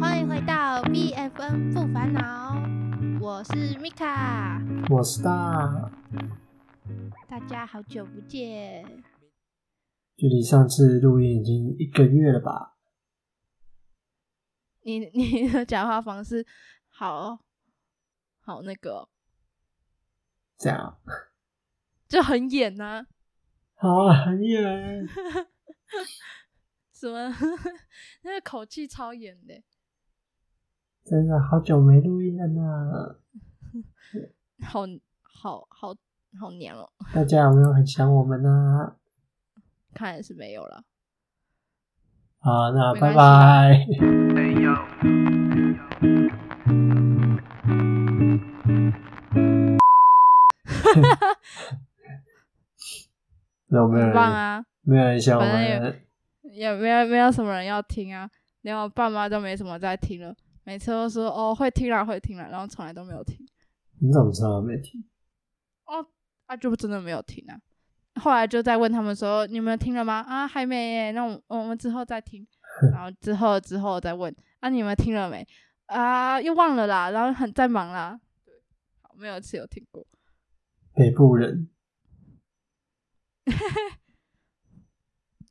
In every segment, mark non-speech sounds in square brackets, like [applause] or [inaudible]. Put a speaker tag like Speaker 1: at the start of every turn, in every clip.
Speaker 1: 欢迎回到 BFN 不烦恼，我是 Mika，
Speaker 2: 我是大，
Speaker 1: 大家好久不见。
Speaker 2: 距离上次录音已经一个月了吧？
Speaker 1: 你你的讲话方式好好那个哦、
Speaker 2: 这样
Speaker 1: 就很演呐、
Speaker 2: 好啊，很远。
Speaker 1: 什么 [laughs] 那个口气超演的，
Speaker 2: [laughs] 真的好久没录音了呢。
Speaker 1: 好好好好娘哦，
Speaker 2: 大家有没有很想我们呢？
Speaker 1: 看来是没有了。
Speaker 2: 好，那
Speaker 1: 没
Speaker 2: 拜
Speaker 1: 关系
Speaker 2: 拜。那我 [laughs] 没有
Speaker 1: 很
Speaker 2: 人，
Speaker 1: 棒啊，
Speaker 2: 没有人想我
Speaker 1: 反正
Speaker 2: 们，
Speaker 1: 也没有没有什么人要听啊，连我爸妈都没什么在听了，每次都说哦会听啦会听啦，然后从来都没有听。
Speaker 2: 你怎么知道我没听？
Speaker 1: 啊，就真的没有听啊。后来就在问他们说：“你们听了吗？”啊，还没耶。那我们我们之后再听，然后之后之后再问啊，你们听了没？啊，又忘了啦，然后很在忙啦。对，好，没有一次有听过。
Speaker 2: 北部人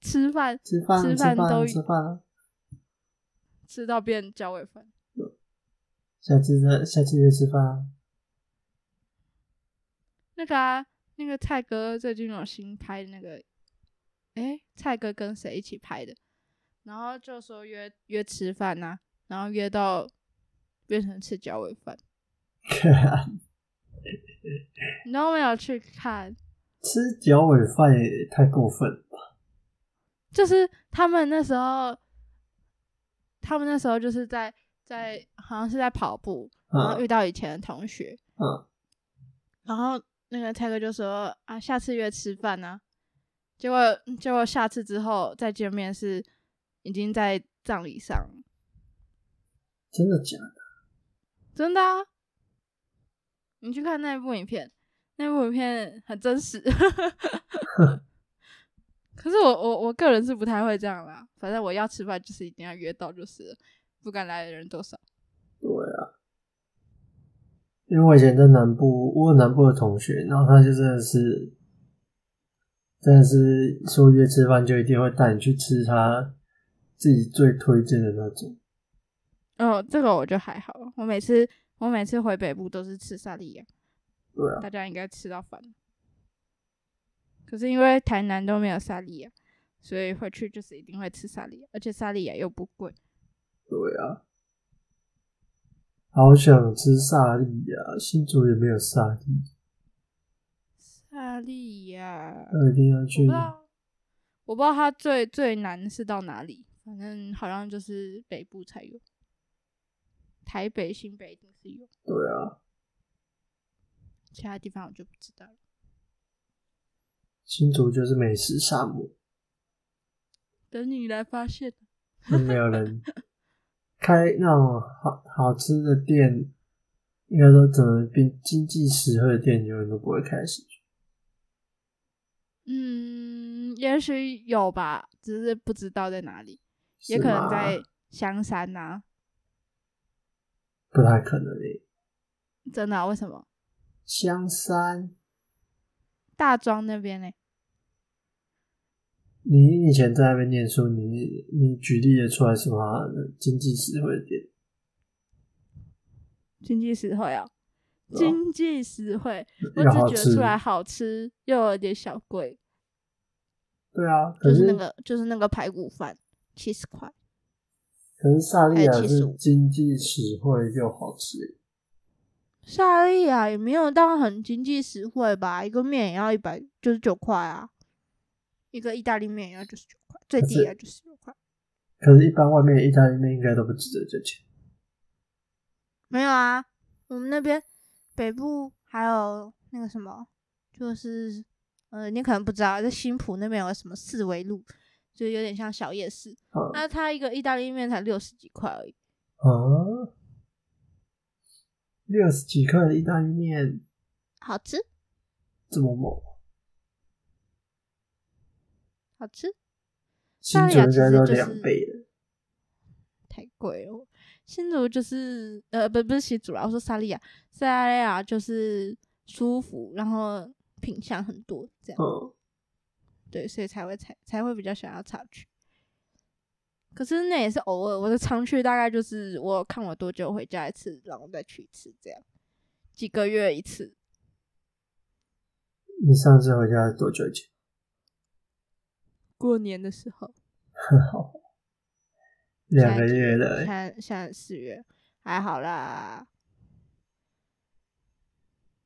Speaker 1: 吃饭
Speaker 2: 吃饭
Speaker 1: 吃饭
Speaker 2: 了，吃饭
Speaker 1: 都
Speaker 2: 了，吃饭啊了。
Speaker 1: 吃到变焦尾饭，
Speaker 2: 下次再下次约吃
Speaker 1: [laughs]
Speaker 2: 饭啊。
Speaker 1: 那个啊，那个蔡哥最近有新拍那个，诶，蔡哥跟谁一起拍的？然后就说约约吃饭呐、然后约到变成吃焦尾饭。你都没有去看，
Speaker 2: 吃脚尾饭也太过分了吧，
Speaker 1: 就是他们那时候，他们那时候就是在在好像是在跑步，然后
Speaker 2: 嗯
Speaker 1: 遇到以前的同学，
Speaker 2: 嗯，
Speaker 1: 然后那个泰哥就说啊，下次约吃饭啊，结果嗯结果下次之后再见面是已经在葬礼上了，
Speaker 2: 真的假的？
Speaker 1: 真的、啊，你去看那部影片，那部影片很真实。 [laughs] 可是我我我个人是不太会这样啦，反正我要吃饭就是一定要约到，就是了不管来的人多少。
Speaker 2: 对啊，因为我以前在南部，我有南部的同学，然后他就真的是，真的是说约吃饭就一定会带你去吃他自己最推荐的那种。
Speaker 1: 哦，这个我就还好，我每次我每次回北部都是吃萨莉亚，
Speaker 2: 对啊，
Speaker 1: 大家应该吃到烦。可是因为台南都没有萨莉亚，所以回去就是一定会吃萨莉亚，而且萨莉亚又不贵。
Speaker 2: 对啊，好想吃萨莉啊！新竹也没有萨莉，
Speaker 1: 萨莉亚，
Speaker 2: 那一定要
Speaker 1: 我不
Speaker 2: 去
Speaker 1: 知。道，我不知道它最最难是到哪里，反正好像就是北部才有，台北、新北一定是有，
Speaker 2: 对啊，
Speaker 1: 其他地方我就不知道了。
Speaker 2: 新竹就是美食沙漠，
Speaker 1: 等你来发现。
Speaker 2: 啊都嗯没有人开那种好好吃的店，应该说怎么比经济实惠的店，永远都不会开始。
Speaker 1: 嗯，也许有吧，只是不知道在哪里，也
Speaker 2: 是
Speaker 1: 可能
Speaker 2: 吗
Speaker 1: 在香山啊呐、
Speaker 2: 不太可能诶、
Speaker 1: 真的啊、为什么？
Speaker 2: 香山，
Speaker 1: 大庄那边呢？
Speaker 2: 你以前在那边念书，你你举例得出来什么经济实惠的店？
Speaker 1: 经济实惠啊，
Speaker 2: 哦
Speaker 1: 经济实
Speaker 2: [clears throat]
Speaker 1: 惠，我
Speaker 2: 然后
Speaker 1: 只觉
Speaker 2: 吃
Speaker 1: 得出来好吃又有点小贵，
Speaker 2: 对啊，
Speaker 1: 就
Speaker 2: 可
Speaker 1: 是
Speaker 2: 是
Speaker 1: 那个就是那个排骨饭七十块，
Speaker 2: 可是萨莉亚
Speaker 1: 还有
Speaker 2: 是
Speaker 1: 75
Speaker 2: 经济实惠又好吃欸、
Speaker 1: 萨莉亚啊也没有到很经济实惠吧，一个面也要一百九十九块啊，一个意大利面也要九十九块，最
Speaker 2: 可
Speaker 1: 低
Speaker 2: 是
Speaker 1: 也要九十九块。
Speaker 2: 可是，一般外面的意大利面应该都不值得这钱。
Speaker 1: 没有啊，我们那边北部还有那个什么，就是呃，你可能不知道，在新浦那边有个什么四维路，就有点像小夜市。
Speaker 2: 啊
Speaker 1: 那它一个意大利面才六十几块而已，
Speaker 2: 啊！六十几克的意大利面
Speaker 1: 好吃，
Speaker 2: 这么猛，
Speaker 1: 好吃，
Speaker 2: 新竹应该都两倍了。
Speaker 1: 太贵了。新竹就是呃，不不是新竹啦，我说沙利亚，沙利亚就是舒服，然后品相很多，这样、
Speaker 2: 嗯，
Speaker 1: 对，所以才会才才会比较想要常去。可是那也是偶尔，我的常去大概就是我看我多久回家一次，然后再去一次，这样几个月一次。
Speaker 2: 你上次回家是多久以前？
Speaker 1: 过年的时候，
Speaker 2: 两个月了
Speaker 1: 现
Speaker 2: 欸，
Speaker 1: 在现在四月，还好啦，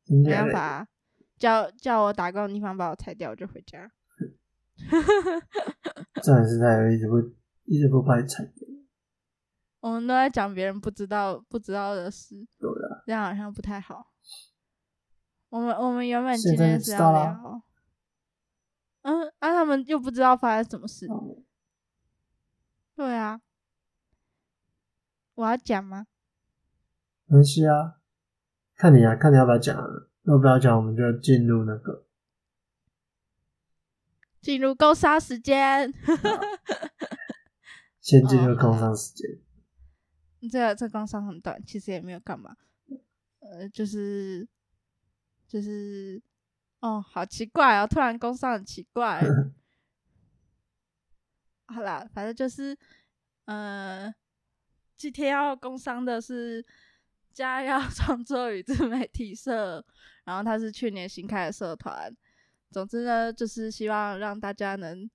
Speaker 2: 应
Speaker 1: 没
Speaker 2: 该
Speaker 1: 办法啊，叫叫我打工的地方把我裁掉，我就回家。
Speaker 2: 真的是太有一直不一直不把你踩掉。
Speaker 1: 我们都在讲别人不知道不知道的事，
Speaker 2: 对啊，
Speaker 1: 这样好像不太好。我们我们原本
Speaker 2: 现
Speaker 1: 今
Speaker 2: 在
Speaker 1: 天
Speaker 2: 知
Speaker 1: 是要
Speaker 2: 道啦
Speaker 1: 聊，嗯，啊，他们又不知道发生什么事，
Speaker 2: 嗯
Speaker 1: 对啊，我要讲吗？
Speaker 2: 没关系啊，看你啊，看你要不要讲啊。如果不要讲，我们就进入那个
Speaker 1: 进入勾杀时间，
Speaker 2: 先进入
Speaker 1: 哦
Speaker 2: 工商时间。
Speaker 1: 这个这工伤很短，其实也没有干嘛，呃，就是就是，哦，好奇怪哦，突然工伤很奇怪。 [laughs] 好啦，反正就是，呃，今天要工伤的是家要 [laughs] 创作与自媒体社，然后它是去年新开的社团。总之呢，就是希望让大家能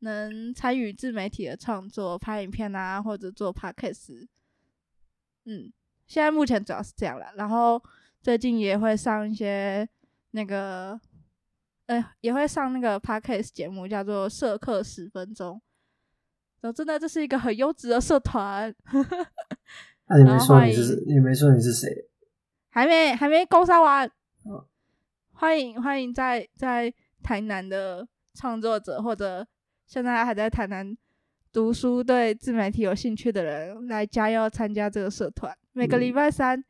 Speaker 1: 能参与自媒体的创作，拍影片啊，或者做 podcast。嗯，现在目前主要是这样了。然后最近也会上一些那个，呃，也会上那个 podcast 节目，叫做《社课十分钟》。总之呢，这是一个很优质的社团，
Speaker 2: 那、啊你没
Speaker 1: 然后
Speaker 2: 说
Speaker 1: 欢
Speaker 2: 你
Speaker 1: 迎
Speaker 2: 是你没说你是谁？
Speaker 1: 还没还没工商完
Speaker 2: 哦。
Speaker 1: 欢迎欢迎在在台南的创作者或者现在还在台南读书、对自媒体有兴趣的人来嘉耀参加这个社团。每个
Speaker 2: 嗯
Speaker 1: 礼拜三，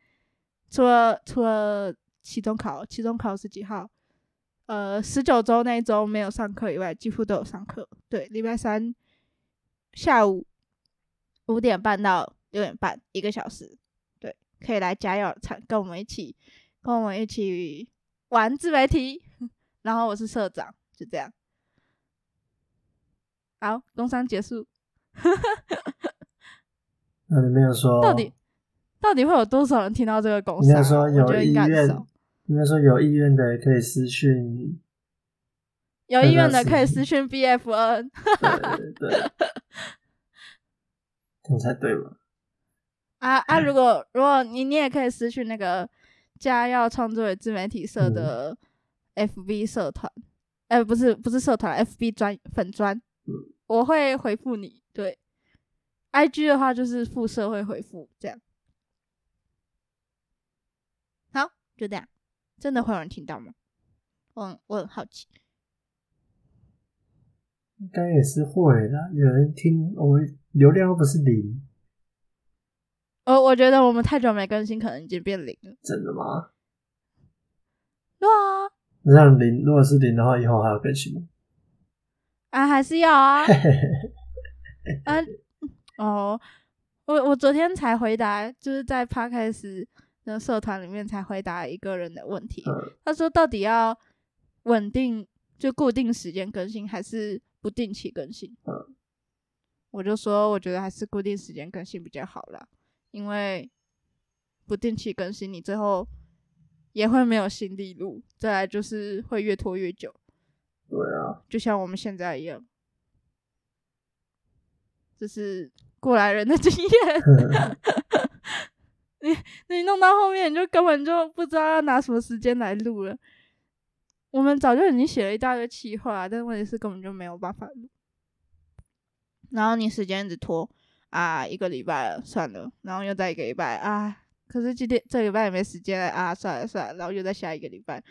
Speaker 1: 除了除了期中考，期中考是几号？呃，十九周那一周没有上课以外，几乎都有上课。对，礼拜三下午五点半到六点半，一个小时。对，可以来嘉耀参跟我们一起，跟我们一起玩自媒体。 [laughs] 然后我是社长，就这样。好，工商结束。
Speaker 2: 那你没有说
Speaker 1: 到底到底会有多少人听到这个工
Speaker 2: 你
Speaker 1: 商
Speaker 2: 要
Speaker 1: 啊？
Speaker 2: 说有
Speaker 1: 我觉得
Speaker 2: 意
Speaker 1: 应该很
Speaker 2: 愿
Speaker 1: 少。，
Speaker 2: 应该说有意愿的可以私讯。
Speaker 1: 有意愿的可以
Speaker 2: 私
Speaker 1: 私讯 BFN。
Speaker 2: 对对，这样才对嘛。
Speaker 1: 啊啊！如果如果你你也可以私讯那个家要创作与自媒体社的 FB 社团，哎、不是不是社团，FB 专粉专，我会回复你。对，IG 的话就是副社会回复这样。好，就这样。真的会有人听到吗？我很我很好奇。
Speaker 2: 应该也是会啦，有人听，我们流量又不是零，
Speaker 1: 呃我我觉得我们太久没更新，可能已经变零了。
Speaker 2: 真的吗？
Speaker 1: 对啊，
Speaker 2: 那这样零，如果是零的话，以后还要更新吗？ [laughs]
Speaker 1: 啊还是要啊。
Speaker 2: 嘿嘿嘿
Speaker 1: 啊，哦，我我昨天才回答，就是在 podcast 的社团里面才回答一个人的问题，
Speaker 2: 嗯
Speaker 1: 他说到底要稳定就固定时间更新，还是不定期更新？
Speaker 2: 嗯
Speaker 1: 我就说我觉得还是固定时间更新比较好啦，因为不定期更新，你最后也会没有新力路，再来就是会越拖越久。
Speaker 2: 对啊，
Speaker 1: 就像我们现在一样，这是过来人的经验。
Speaker 2: 啊
Speaker 1: 你弄到后面，你就根本就不知道要拿什么时间来录了。我们早就已经写了一大堆企划，啊但问题是根本就没有办法录。然后你时间一直拖啊，一个礼拜了，算了，然后又再一个礼拜啊，可是今天这礼拜也没时间了啊，算了算了，然后又再下一个礼拜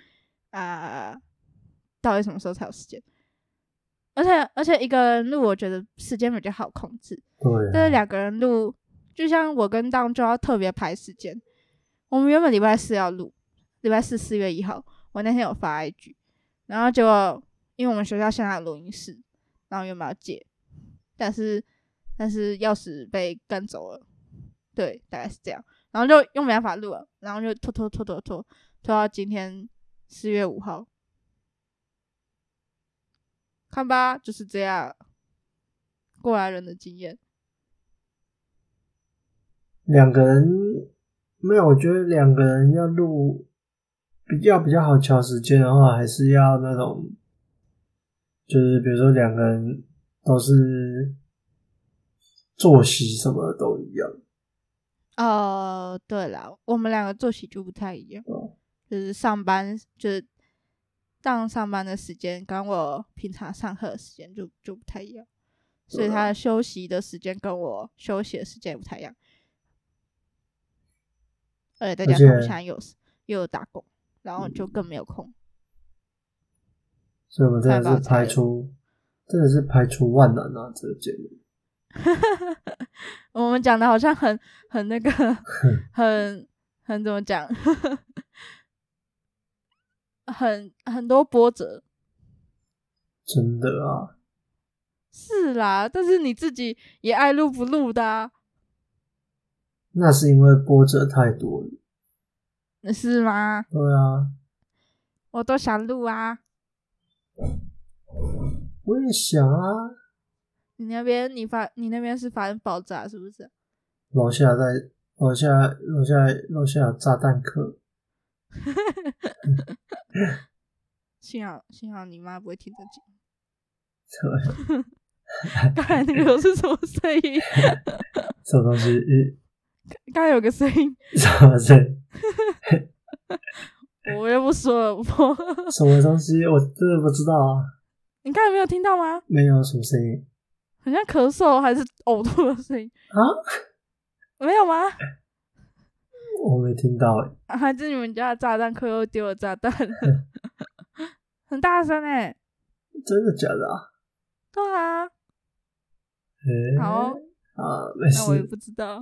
Speaker 1: 啊，到底什么时候才有时间？而且而且一个人录，我觉得时间比较好控制，
Speaker 2: 对啊，
Speaker 1: 但是两个人录，就像我跟当就要特别排时间。我们原本礼拜四要录，礼拜四四月一号，我那天有发 IG，然后结果因为我们学校现在有录音室，然后原本要借，但是但是钥匙被干走了，对，大概是这样，然后就又没办法录了，然后就拖拖拖拖拖拖到今天四月五号，看吧，就是这样，过来人的经验。
Speaker 2: 两个人没有，我觉得两个人要录比较比较好调时间的话，还是要那种，就是比如说两个人都是作息什么的都一样，
Speaker 1: 哦，对了，我们两个作息就不太一样，
Speaker 2: 哦
Speaker 1: 就是上班就是当上班的时间跟我平常上课的时间就就不太一样，所以
Speaker 2: 对啊
Speaker 1: 他休息的时间跟我休息的时间也不太一样。呃而且再
Speaker 2: 而
Speaker 1: 加上我
Speaker 2: 且
Speaker 1: 现在又是又有打工，然后就更没有空。
Speaker 2: 所以我们真的
Speaker 1: 太
Speaker 2: 是
Speaker 1: 抱歉了
Speaker 2: 排除，真的是排除万难啊！这个节目，嗯
Speaker 1: 我们讲的好像很很
Speaker 2: [laughs]
Speaker 1: 那个，很很怎么讲， [laughs] 很很多波折。
Speaker 2: 真的啊，
Speaker 1: 是啦，但是你自己也爱录不录的、啊，
Speaker 2: 那是因为波折太多了。
Speaker 1: 是吗？
Speaker 2: 对啊，
Speaker 1: 我都想录啊。
Speaker 2: 我也想啊，
Speaker 1: 你那边你发你那边是发生爆炸是不是？
Speaker 2: 楼下在楼下楼下楼下有炸弹客，
Speaker 1: 幸好幸好你妈不会听得见。
Speaker 2: 对，
Speaker 1: 刚才那个是什么声音？
Speaker 2: 什么东西？ [laughs] 一
Speaker 1: 刚才有个声音，
Speaker 2: 什么东西？
Speaker 1: 我又不说了。我 [laughs]
Speaker 2: 什么东西？我真的不知道啊，
Speaker 1: 你刚才没有听到吗？
Speaker 2: 没有什么声音
Speaker 1: 好像咳嗽还是呕吐的声音，
Speaker 2: 啊，
Speaker 1: 没有吗？ [laughs]
Speaker 2: 我没听到欸、
Speaker 1: 啊还是你们家的炸弹客又丢了炸弹了？ [laughs] 很大声哎、
Speaker 2: 真的假的啊？
Speaker 1: 对啊，
Speaker 2: 诶
Speaker 1: 好哦、
Speaker 2: 啊，没
Speaker 1: 那我也
Speaker 2: 事，
Speaker 1: 不知 [laughs] 道。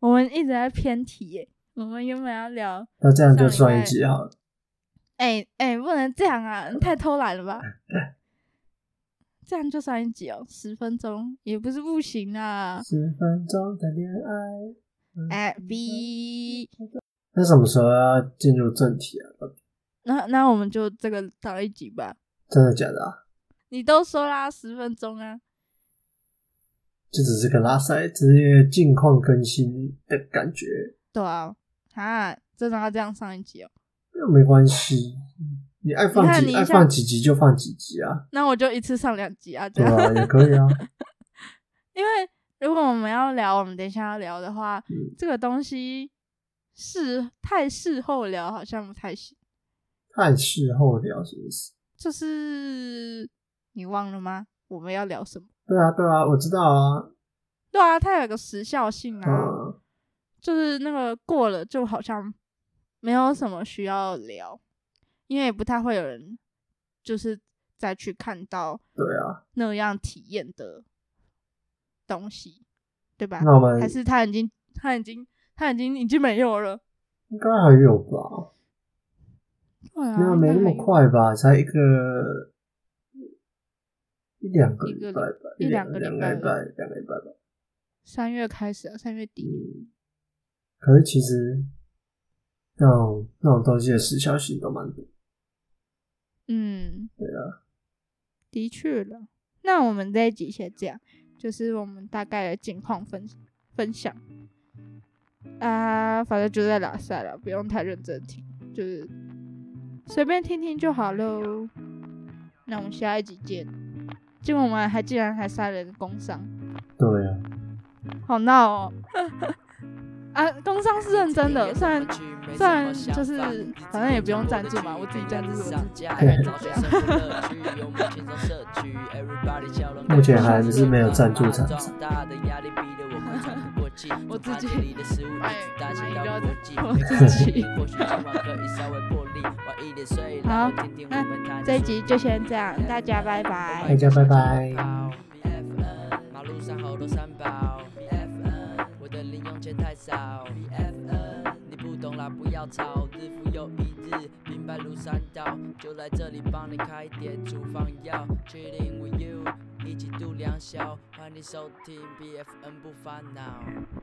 Speaker 1: 我们一直在偏题耶，我们原本要聊，
Speaker 2: 那这样
Speaker 1: 上
Speaker 2: 就
Speaker 1: 礼
Speaker 2: 算
Speaker 1: 拜
Speaker 2: 一集好了。
Speaker 1: 哎、哎、不能这样啊，你太偷懒了 [laughs] 吧？这样就算一集哦，十分钟也不是不行啊。
Speaker 2: 十分钟的恋爱，
Speaker 1: 哎，B， [laughs]
Speaker 2: 那什么时候要进入正题啊？
Speaker 1: 那那我们就这个当一集吧。
Speaker 2: 真的假的啊？
Speaker 1: 你都说啦，十分钟啊，
Speaker 2: 这只是个拉塞，只是一个近况更新的感觉，
Speaker 1: 对啊，啊，真的要这样上一集哦？
Speaker 2: 那没关系。你爱放
Speaker 1: 你看你
Speaker 2: 几
Speaker 1: 一
Speaker 2: 爱
Speaker 1: 下
Speaker 2: 放几集就放几集啊，
Speaker 1: 那我就一次上两集啊，这
Speaker 2: 对
Speaker 1: 样。 [laughs]
Speaker 2: 吧、也可以啊。
Speaker 1: 因为如果我们要聊，我们等一下要聊的话，
Speaker 2: 嗯
Speaker 1: 这个东西事太事后聊好像不太行。
Speaker 2: 太事后聊是不是？
Speaker 1: 就是你忘了吗？我们要聊什么？
Speaker 2: 对啊，对啊，我知道啊。
Speaker 1: 对啊，它有个时效性啊，
Speaker 2: 嗯，
Speaker 1: 就是那个过了就好像没有什么需要聊，因为也不太会有人就是再去看到
Speaker 2: 对啊。
Speaker 1: 那样体验的东西，对吧？
Speaker 2: 那我们
Speaker 1: 还是它已经它已经它已经已经没有了。
Speaker 2: 应该还有吧？
Speaker 1: 对啊，
Speaker 2: 没有，
Speaker 1: 应
Speaker 2: 没
Speaker 1: 该
Speaker 2: 那么
Speaker 1: 还有
Speaker 2: 快吧？才一个一两个
Speaker 1: 一
Speaker 2: 礼
Speaker 1: 个
Speaker 2: 拜
Speaker 1: 礼
Speaker 2: 吧，
Speaker 1: 一
Speaker 2: 两
Speaker 1: 两个礼
Speaker 2: 两
Speaker 1: 拜
Speaker 2: 礼拜，两个礼拜吧。
Speaker 1: 三月开始啊，三月底。
Speaker 2: 嗯，可是其实那种那种东西的时效性都蛮多。
Speaker 1: 嗯，
Speaker 2: 对啊，
Speaker 1: 的确了。那我们这一集先这样，就是我们大概的近况分分享啊，反正就在拉萨了，不用太认真听，就是随便听听就好喽。那我们下一集见。结果我们还竟然还塞了一个工伤，
Speaker 2: 对啊，
Speaker 1: 好闹哦！ [laughs] 啊，工伤是认真的，虽然虽然就是反正也不用赞助嘛，我自己赞助我自己
Speaker 3: 家
Speaker 1: 看看怎么样。
Speaker 2: 目前还是没有赞助厂商。
Speaker 1: [laughs] 我自己哎买料的我
Speaker 3: 我
Speaker 1: 自
Speaker 3: 自
Speaker 1: 己
Speaker 3: [laughs] 己。
Speaker 1: 好
Speaker 3: 好，
Speaker 1: 那
Speaker 3: 那
Speaker 1: 这
Speaker 3: 这
Speaker 1: 一
Speaker 3: 一
Speaker 1: 集
Speaker 3: 集
Speaker 1: 就
Speaker 3: 就
Speaker 1: 先
Speaker 3: 先
Speaker 1: 这
Speaker 3: 这
Speaker 1: 样
Speaker 3: 样，
Speaker 1: 大
Speaker 3: 大
Speaker 1: 家
Speaker 3: 家
Speaker 1: 拜
Speaker 3: 拜
Speaker 1: 拜
Speaker 3: 拜。
Speaker 2: 大家拜拜
Speaker 3: 马路上好多三宝。我的零用见太少。BFN，你不懂啦，不要吵。日复又一日，明白如山倒，就来这里帮你开点处方药。Chilling with you，一起度量小，欢迎收听 BFN 不烦恼。